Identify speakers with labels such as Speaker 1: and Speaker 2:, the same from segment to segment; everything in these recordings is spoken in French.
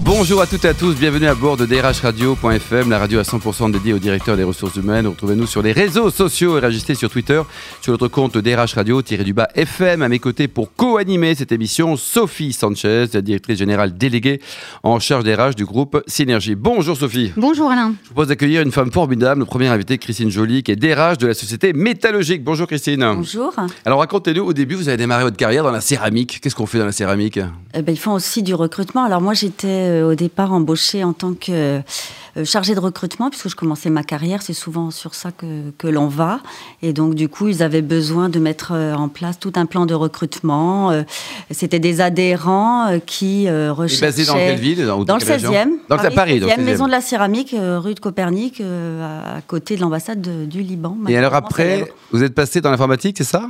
Speaker 1: Bonjour à toutes et à tous, bienvenue à bord de drhradio.fm, la radio à 100% dédiée au directeur des ressources humaines. Retrouvez-nous sur les réseaux sociaux et réagissez sur Twitter sur notre compte drhradio-fm. À mes côtés pour co-animer cette émission, Sophie Sanchez, la directrice générale déléguée en charge des RH du groupe Synergie. Bonjour Sophie.
Speaker 2: Bonjour Alain.
Speaker 1: Je vous propose d'accueillir une femme formidable, notre première invitée, Christine Joly, qui est DRH de la société Métallogique. Bonjour Christine.
Speaker 2: Bonjour.
Speaker 1: Alors racontez-nous, au début, vous avez démarré votre carrière dans la céramique. Qu'est-ce qu'on fait dans la céramique
Speaker 2: Eh ben, ils font aussi du recrutement. Alors moi j'étais euh, au départ embauchée en tant que euh, chargée de recrutement, puisque je commençais ma carrière, c'est souvent sur ça que, que l'on va. Et donc du coup, ils avaient besoin de mettre euh, en place tout un plan de recrutement. Euh, C'était des adhérents euh, qui euh,
Speaker 1: Et
Speaker 2: recherchaient...
Speaker 1: basé dans quelle ville ou
Speaker 2: Dans le
Speaker 1: quelle région
Speaker 2: 16e.
Speaker 1: Dans le- à Paris, dans le
Speaker 2: 16e,
Speaker 1: 16e.
Speaker 2: Maison de la Céramique, euh, rue de Copernic, euh, à à côté de l'ambassade de- du Liban.
Speaker 1: Et alors
Speaker 2: Maintenant,
Speaker 1: après,
Speaker 2: célèbre.
Speaker 1: vous êtes passé dans l'informatique, c'est ça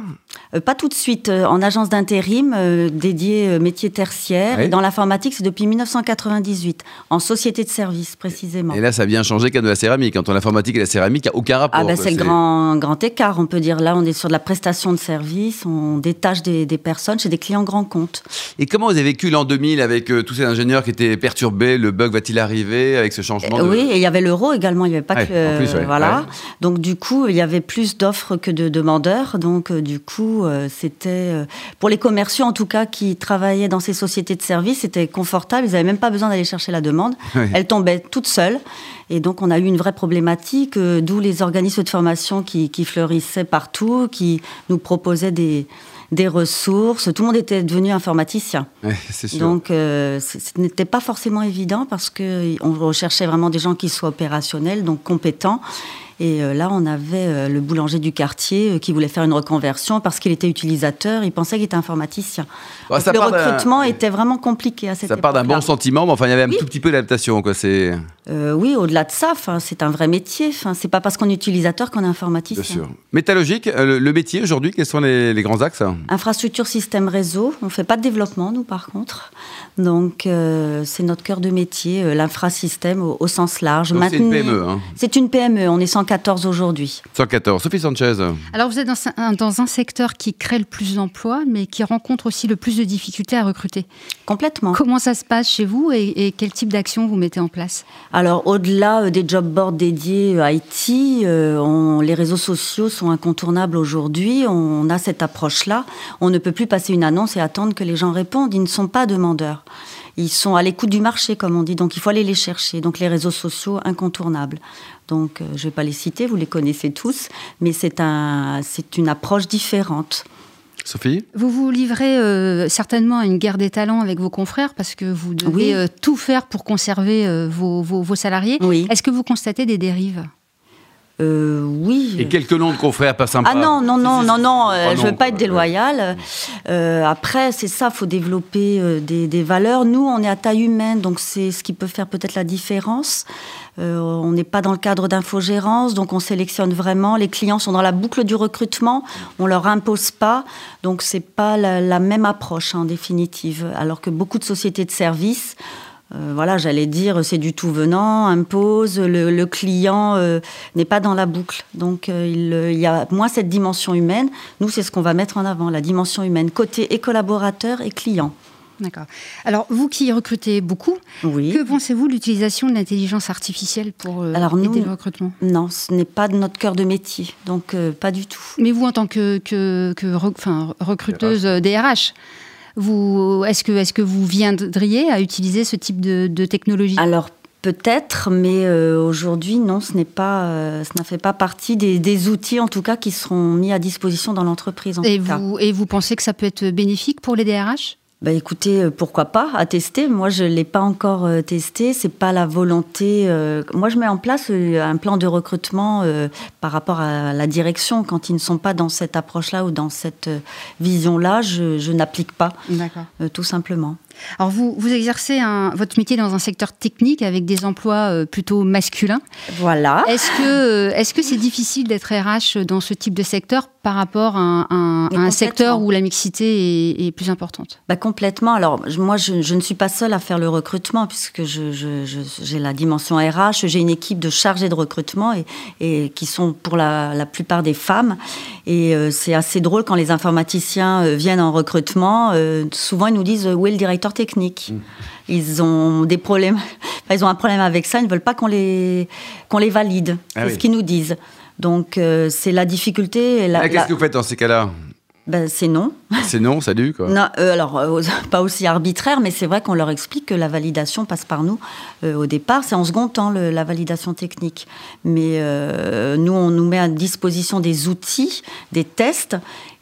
Speaker 2: Euh, Pas tout de suite, euh, en agence d'intérim euh, dédiée euh, métier tertiaire.
Speaker 1: Oui.
Speaker 2: Et dans l'informatique, c'est depuis 1998, en société de service précisément.
Speaker 1: Et là, ça a bien changé qu'à de la céramique. Entre l'informatique et la céramique, il n'y a aucun rapport.
Speaker 2: Ah ben
Speaker 1: quoi.
Speaker 2: c'est le grand, grand écart, on peut dire. Là, on est sur de la prestation de service, on détache des, des personnes chez des clients grands comptes.
Speaker 1: Et comment vous avez vécu l'an 2000 avec euh, tous ces ingénieurs qui étaient perturbés Le bug va-t-il arriver avec ce changement de...
Speaker 2: Euh, Oui, et il y avait l'euro également, il n'y avait pas
Speaker 1: Ouais,
Speaker 2: que... euh,
Speaker 1: en plus, ouais,
Speaker 2: voilà.
Speaker 1: ouais.
Speaker 2: Donc du coup, il y avait plus d'offres que de demandeurs. Donc euh, du coup, euh, c'était... euh, pour les commerciaux, en tout cas, qui travaillaient dans ces sociétés de services, c'était confortable. Ils n'avaient même pas besoin d'aller chercher la demande.
Speaker 1: Ouais.
Speaker 2: Elle tombait toute seule. Et donc, on a eu une vraie problématique, euh, d'où les organismes de formation qui, qui fleurissaient partout, qui nous proposaient des, des ressources. Tout le monde était devenu informaticien.
Speaker 1: Ouais, c'est sûr.
Speaker 2: Donc, euh, c- ce n'était pas forcément évident parce qu'on recherchait vraiment des gens qui soient opérationnels, donc compétents. Et euh, là, on avait euh, le boulanger du quartier euh, qui voulait faire une reconversion parce qu'il était utilisateur, il pensait qu'il était informaticien.
Speaker 1: Bah,
Speaker 2: Donc,
Speaker 1: ça
Speaker 2: le
Speaker 1: part d'un-
Speaker 2: recrutement était vraiment compliqué à cette
Speaker 1: ça part d'un
Speaker 2: époque-là.
Speaker 1: bon sentiment, mais enfin, il y avait un
Speaker 2: Oui.
Speaker 1: tout petit peu d'adaptation. quoi. C'est
Speaker 2: Euh, oui, au-delà de ça, 'fin, c'est un vrai métier. 'Fin, C'est pas parce qu'on est utilisateur qu'on est informaticien.
Speaker 1: bien sûr. Métallogique, euh, le, le métier aujourd'hui, quels sont les, les grands axes hein
Speaker 2: Infrastructure, système, réseau. On ne fait pas de développement, nous, par contre. Donc, euh, c'est notre cœur de métier, euh, l'infrasystème au, au sens large.
Speaker 1: Donc, C'est une
Speaker 2: Maintenir-
Speaker 1: PME. hein.
Speaker 2: C'est une PME. On est 114 aujourd'hui.
Speaker 1: 114. Sophie Sanchez.
Speaker 3: Alors vous êtes dans un, dans un secteur qui crée le plus d'emplois, mais qui rencontre aussi le plus de difficultés à recruter.
Speaker 2: Complètement.
Speaker 3: Comment ça se passe chez vous et, et quel type d'action vous mettez en place
Speaker 2: Alors, au-delà euh, des job boards dédiés à IT, euh, on- les réseaux sociaux sont incontournables aujourd'hui. On a cette approche-là. On ne peut plus passer une annonce et attendre que les gens répondent. Ils ne sont pas demandeurs. Ils sont à l'écoute du marché, comme on dit. Donc, il faut aller les chercher. Donc, les réseaux sociaux incontournables. Donc, euh, je ne vais pas les citer, vous les connaissez tous, mais c'est un, c'est une approche différente.
Speaker 1: Sophie
Speaker 3: Vous vous livrez euh, certainement à une guerre des talents avec vos confrères parce que vous devez
Speaker 2: Oui.
Speaker 3: euh, tout faire pour conserver euh, vos, vos- vos salariés.
Speaker 2: Oui.
Speaker 3: Est-ce que vous constatez des dérives
Speaker 2: Euh, oui.
Speaker 1: Et quelques noms de confrères pas sympas.
Speaker 2: Ah non, non,
Speaker 1: Si,
Speaker 2: non,
Speaker 1: si,
Speaker 2: non,
Speaker 1: si.
Speaker 2: non,
Speaker 1: Ah
Speaker 2: euh, je
Speaker 1: non,
Speaker 2: veux pas
Speaker 1: quoi.
Speaker 2: être déloyale. Euh, après, c'est ça, faut développer euh, des, des valeurs. Nous, on est à taille humaine, donc c'est ce qui peut faire peut-être la différence. Euh, on n'est pas dans le cadre d'infogérance, donc on sélectionne vraiment. Les clients sont dans la boucle du recrutement, on leur impose pas, donc c'est pas la, la même approche hein, en définitive. Alors que beaucoup de sociétés de services euh, voilà, j'allais dire, c'est du tout venant, impose, le, le client euh, n'est pas dans la boucle. Donc, euh, il, euh, il y a moins cette dimension humaine. Nous, c'est ce qu'on va mettre en avant, la dimension humaine, côté et collaborateur et client.
Speaker 3: D'accord. Alors vous qui recrutez beaucoup,
Speaker 2: Oui.
Speaker 3: que pensez-vous de l'utilisation de l'intelligence artificielle pour euh,
Speaker 2: Alors, nous-
Speaker 3: aider le recrutement
Speaker 2: Non, ce n'est pas de notre cœur de métier, donc euh, pas du tout.
Speaker 3: Mais vous, en tant que, que, que re- enfin, recruteuse euh, DRH, vous, est-ce que, est que vous viendriez à utiliser ce type de, de technologie
Speaker 2: Alors peut-être, mais euh, aujourd'hui, non, ce n'est pas, euh, ça ne fait pas partie des, des outils, en tout cas, qui seront mis à disposition dans l'entreprise. en
Speaker 3: et
Speaker 2: tout cas.
Speaker 3: vous, et vous pensez que ça peut être bénéfique pour les DRH
Speaker 2: Bah écoutez, euh, pourquoi pas à tester. Moi, je l'ai pas encore euh, testé. C'est pas la volonté. euh, Moi, je mets en place euh, un plan de recrutement euh, par rapport à la direction. Quand ils ne sont pas dans cette approche-là ou dans cette euh, vision-là, je, je n'applique pas,
Speaker 3: D'accord.
Speaker 2: euh, tout simplement.
Speaker 3: Alors vous, vous exercez un, votre métier dans un secteur technique avec des emplois euh, plutôt masculins.
Speaker 2: Voilà.
Speaker 3: Est-ce que euh, est-ce que c'est difficile d'être RH dans ce type de secteur par rapport à un, un-
Speaker 2: Mais
Speaker 3: à un secteur
Speaker 2: complètement.
Speaker 3: où la mixité est, est plus importante
Speaker 2: Bah complètement. Alors je- moi, je, je ne suis pas seule à faire le recrutement puisque je, je- je- j'ai la dimension RH. J'ai une équipe de chargés de recrutement et, et qui sont pour la, la plupart des femmes. Et euh, c'est assez drôle quand les informaticiens euh, viennent en recrutement. euh, souvent, ils nous disent euh, où est le directeur technique.
Speaker 1: Mmh.
Speaker 2: Ils ont des problèmes. enfin, ils ont un problème avec ça. Ils ne veulent pas qu'on les qu'on les valide.
Speaker 1: Ah
Speaker 2: c'est
Speaker 1: oui.
Speaker 2: ce qu'ils nous disent. Donc euh, c'est la difficulté. Et la,
Speaker 1: Ah, Qu'est-ce
Speaker 2: la-
Speaker 1: que vous faites dans ces cas-là
Speaker 2: Ben, c'est non.
Speaker 1: C'est non, salut quoi.
Speaker 2: Non, euh, alors, euh, pas aussi arbitraire, mais c'est vrai qu'on leur explique que la validation passe par nous euh, au départ. C'est en second temps le- la validation technique. Mais euh, nous, on nous met à disposition des outils, des tests.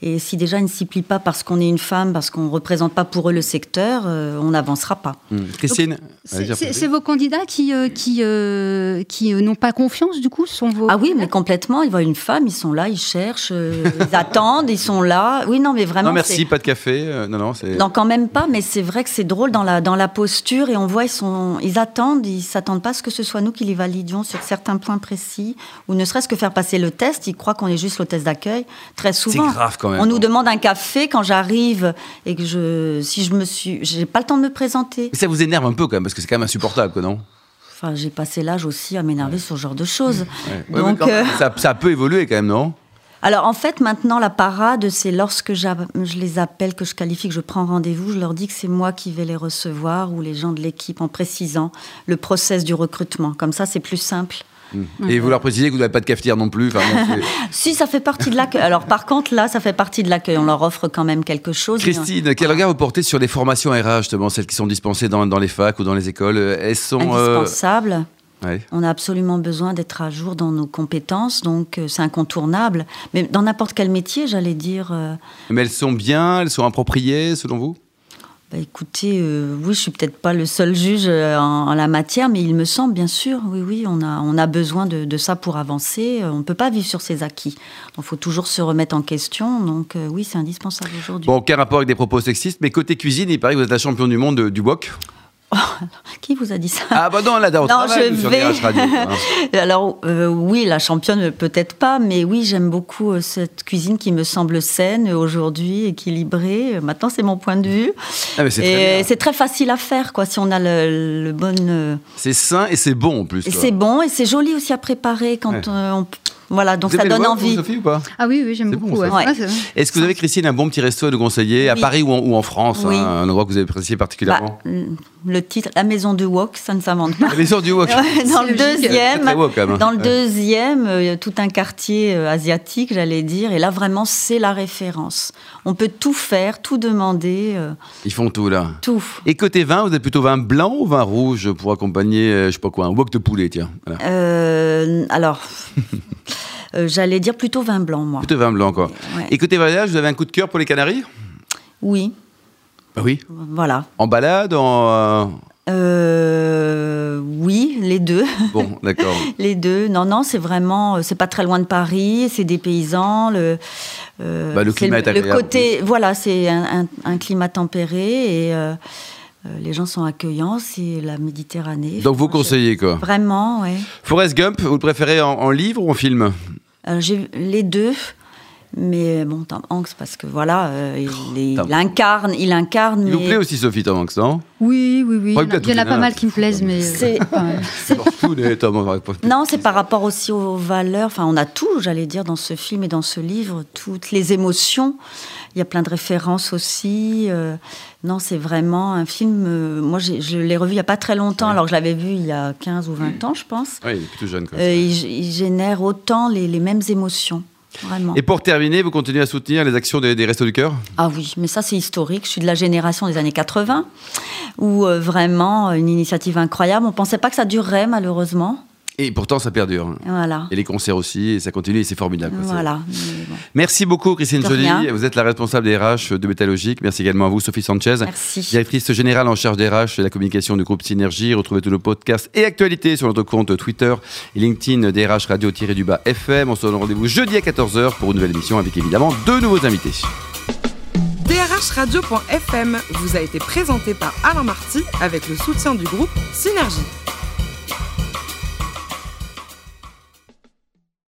Speaker 2: Et si déjà ils ne s'y plient pas parce qu'on est une femme, parce qu'on ne représente pas pour eux le secteur, euh, on n'avancera pas.
Speaker 1: Hum. Christine allez,
Speaker 3: C'est
Speaker 1: dire,
Speaker 3: c'est- c'est vos candidats qui euh, qui euh, qui euh, n'ont pas confiance du coup sont vos
Speaker 2: Ah oui, mais complètement, ils voient une femme, ils sont là, ils cherchent, euh, ils attendent, ils sont là. Oui, non, mais vraiment.
Speaker 1: Non,
Speaker 2: c'est-
Speaker 1: merci, pas de café. euh, non, non, c'est.
Speaker 2: Non, quand même pas, mais c'est vrai que c'est drôle dans la, dans la posture et on voit, ils, sont, ils attendent, ils s'attendent pas à ce que ce soit nous qui les validions sur certains points précis ou ne serait-ce que faire passer le test. Ils croient qu'on est juste l'hôtesse d'accueil. Très souvent.
Speaker 1: grave, quand même. hein.
Speaker 2: On nous demande un café quand j'arrive et que je, si je me suis, j'ai pas le temps de me présenter.
Speaker 1: Mais ça vous énerve un peu quand même, parce que c'est quand même insupportable, quoi, non
Speaker 2: Enfin, j'ai passé l'âge aussi à m'énerver sur ce genre de choses.
Speaker 1: Ouais. Ouais, mais
Speaker 2: Donc,
Speaker 1: quand-
Speaker 2: euh,
Speaker 1: ça, ça peut évoluer quand même, non
Speaker 2: Alors en fait maintenant la parade c'est lorsque j'a- je les appelle, que je qualifie, que je prends rendez-vous, je leur dis que c'est moi qui vais les recevoir ou les gens de l'équipe en précisant le process du recrutement. Comme ça c'est plus simple.
Speaker 1: Hmm. Et vous leur précisez que vous n'avez pas de cafetière non plus. enfin, bon, c'est-
Speaker 2: Si ça fait partie de l'accueil. Alors par contre là ça fait partie de l'accueil, on leur offre quand même quelque chose. mais-
Speaker 1: Christine, quel regard vous portez sur les formations RH, justement, celles qui sont dispensées dans, dans les facs ou dans les écoles euh, Elles sont. euh,
Speaker 2: indispensable.
Speaker 1: ouais.
Speaker 2: On a absolument besoin d'être à jour dans nos compétences, donc euh, c'est incontournable. Mais dans n'importe quel métier, j'allais dire, euh,
Speaker 1: Mais elles sont bien, elles sont appropriées, selon vous
Speaker 2: Bah, écoutez, euh, oui, je suis peut-être pas le seul juge euh, en, en la matière, mais il me semble, bien sûr, oui, oui, on a, on a besoin de, de ça pour avancer. Euh, On ne peut pas vivre sur ses acquis. Donc, il faut toujours se remettre en question. Donc, euh, oui, c'est indispensable aujourd'hui.
Speaker 1: Bon, aucun rapport avec des propos sexistes, mais côté cuisine, il paraît que vous êtes la championne du monde de- du wok.
Speaker 2: Qui vous a dit ça
Speaker 1: Ah, bah non, là, dans
Speaker 2: Non, je
Speaker 1: sur
Speaker 2: vais.
Speaker 1: DRH Radio. hein.
Speaker 2: Alors, euh, oui, la championne, peut-être pas, mais oui, j'aime beaucoup euh, cette cuisine qui me semble saine euh, aujourd'hui, équilibrée. Euh, Maintenant, c'est mon point de vue.
Speaker 1: Ah, mais c'est très
Speaker 2: Et
Speaker 1: bien.
Speaker 2: c'est très facile à faire, quoi, si on a le, le bon. euh,
Speaker 1: C'est sain et c'est bon en plus.
Speaker 2: Et
Speaker 1: quoi.
Speaker 2: c'est bon et c'est joli aussi à préparer quand
Speaker 1: Ouais.
Speaker 2: euh, on. Voilà, donc
Speaker 1: Vous
Speaker 2: ça
Speaker 1: aimez le
Speaker 2: donne
Speaker 1: wok, vous,
Speaker 2: envie.
Speaker 1: Sophie, ou pas
Speaker 3: ah oui oui j'aime
Speaker 1: C'est bon,
Speaker 3: beaucoup
Speaker 1: ça.
Speaker 2: Ouais.
Speaker 3: c'est vrai.
Speaker 1: Est-ce que vous avez, Christine, un bon petit resto à nous conseiller à
Speaker 2: Oui.
Speaker 1: Paris ou en, ou en France
Speaker 2: Oui.
Speaker 1: hein, Un endroit que vous avez apprécié
Speaker 2: Bah,
Speaker 1: particulièrement
Speaker 2: le titre, La maison du wok, ça ne s'invente pas.
Speaker 1: Les heures du wok.
Speaker 2: Bah. Ouais, dans le
Speaker 3: logique.
Speaker 2: deuxième,
Speaker 1: Très wok, quand même.
Speaker 2: dans le
Speaker 1: Ouais.
Speaker 2: deuxième, euh, tout un quartier euh, asiatique, j'allais dire, et là vraiment c'est la référence. On peut tout faire, tout demander, euh,
Speaker 1: Ils font tout là.
Speaker 2: tout.
Speaker 1: Et côté vin, vous êtes plutôt vin blanc ou vin rouge pour accompagner, euh, je sais pas quoi, un wok de poulet, tiens. Voilà.
Speaker 2: Euh, alors, euh, j'allais dire plutôt vin blanc moi.
Speaker 1: Plutôt vin blanc, quoi.
Speaker 2: Ouais.
Speaker 1: Et côté voyage, vous avez un coup de cœur pour les Canaries
Speaker 2: Oui,
Speaker 1: Bah oui.
Speaker 2: voilà.
Speaker 1: En balade, en. euh,
Speaker 2: Euh, oui, les deux.
Speaker 1: Bon, d'accord.
Speaker 2: Les deux, non, non, c'est vraiment, euh, c'est pas très loin de Paris, c'est des paysans, le, euh,
Speaker 1: Bah, le
Speaker 2: c'est
Speaker 1: climat est agréable,
Speaker 2: côté, voilà, c'est un, un- un climat tempéré et euh, euh, les gens sont accueillants, c'est la Méditerranée.
Speaker 1: Donc vous
Speaker 2: Enfin,
Speaker 1: conseillez, quoi.
Speaker 2: c'est- Vraiment, ouais.
Speaker 1: Forrest Gump, vous le préférez en, en livre ou en film
Speaker 2: Euh, J'ai les deux, mais bon, Tom Hanks parce que voilà, euh, il, il-
Speaker 1: Tom.
Speaker 2: il incarne, il incarne,
Speaker 1: Il vous
Speaker 2: mais
Speaker 1: plaît aussi, Sophie Tom Hanks, non
Speaker 3: Oui, oui, oui.
Speaker 1: Pas
Speaker 3: Il y en a-
Speaker 1: que
Speaker 3: il y en a
Speaker 1: tout,
Speaker 3: pas
Speaker 1: hein.
Speaker 3: mal qui me plaisent, mais. euh,
Speaker 2: C'est-
Speaker 3: Ouais.
Speaker 1: Tout n'est- Tom Hanks.
Speaker 2: Non, c'est par rapport aussi aux valeurs. Enfin, on a tout, j'allais dire, dans ce film et dans ce livre, toutes les émotions. Il y a plein de références aussi. Euh, non, c'est vraiment un film. euh, moi, j'ai- je l'ai revu il n'y a pas très longtemps, alors que je l'avais vu il y a 15 ou
Speaker 1: Mm.
Speaker 2: 20 ans, je pense.
Speaker 1: Oui, il est plutôt jeune, quoi.
Speaker 2: Euh, il, g- il génère autant les, les mêmes émotions. Vraiment.
Speaker 1: Et pour terminer, vous continuez à soutenir les actions des, des Restos du Cœur
Speaker 2: Ah oui, mais ça c'est historique. Je suis de la génération des années 80, où euh, vraiment une initiative incroyable. On ne pensait pas que ça durerait, malheureusement.
Speaker 1: Et pourtant, ça perdure.
Speaker 2: Voilà.
Speaker 1: Et les concerts aussi, et ça continue, et c'est formidable. quoi. C'est-
Speaker 2: Voilà. Mais bon,
Speaker 1: Merci beaucoup, Christine
Speaker 2: De
Speaker 1: Joly.
Speaker 2: rien.
Speaker 1: Vous êtes la responsable des RH de Métallogique. Merci également à vous, Sophie Sanchez.
Speaker 2: Merci.
Speaker 1: Directrice générale en charge des RH et la communication du groupe Synergie. Retrouvez tous nos podcasts et actualités sur notre compte Twitter et LinkedIn des RH Radio-du-Bas FM. On se donne rendez-vous jeudi à 14h pour une nouvelle émission avec évidemment deux nouveaux invités.
Speaker 4: DRH DRHradio.fm vous a été présenté par Alain Marty avec le soutien du groupe Synergie.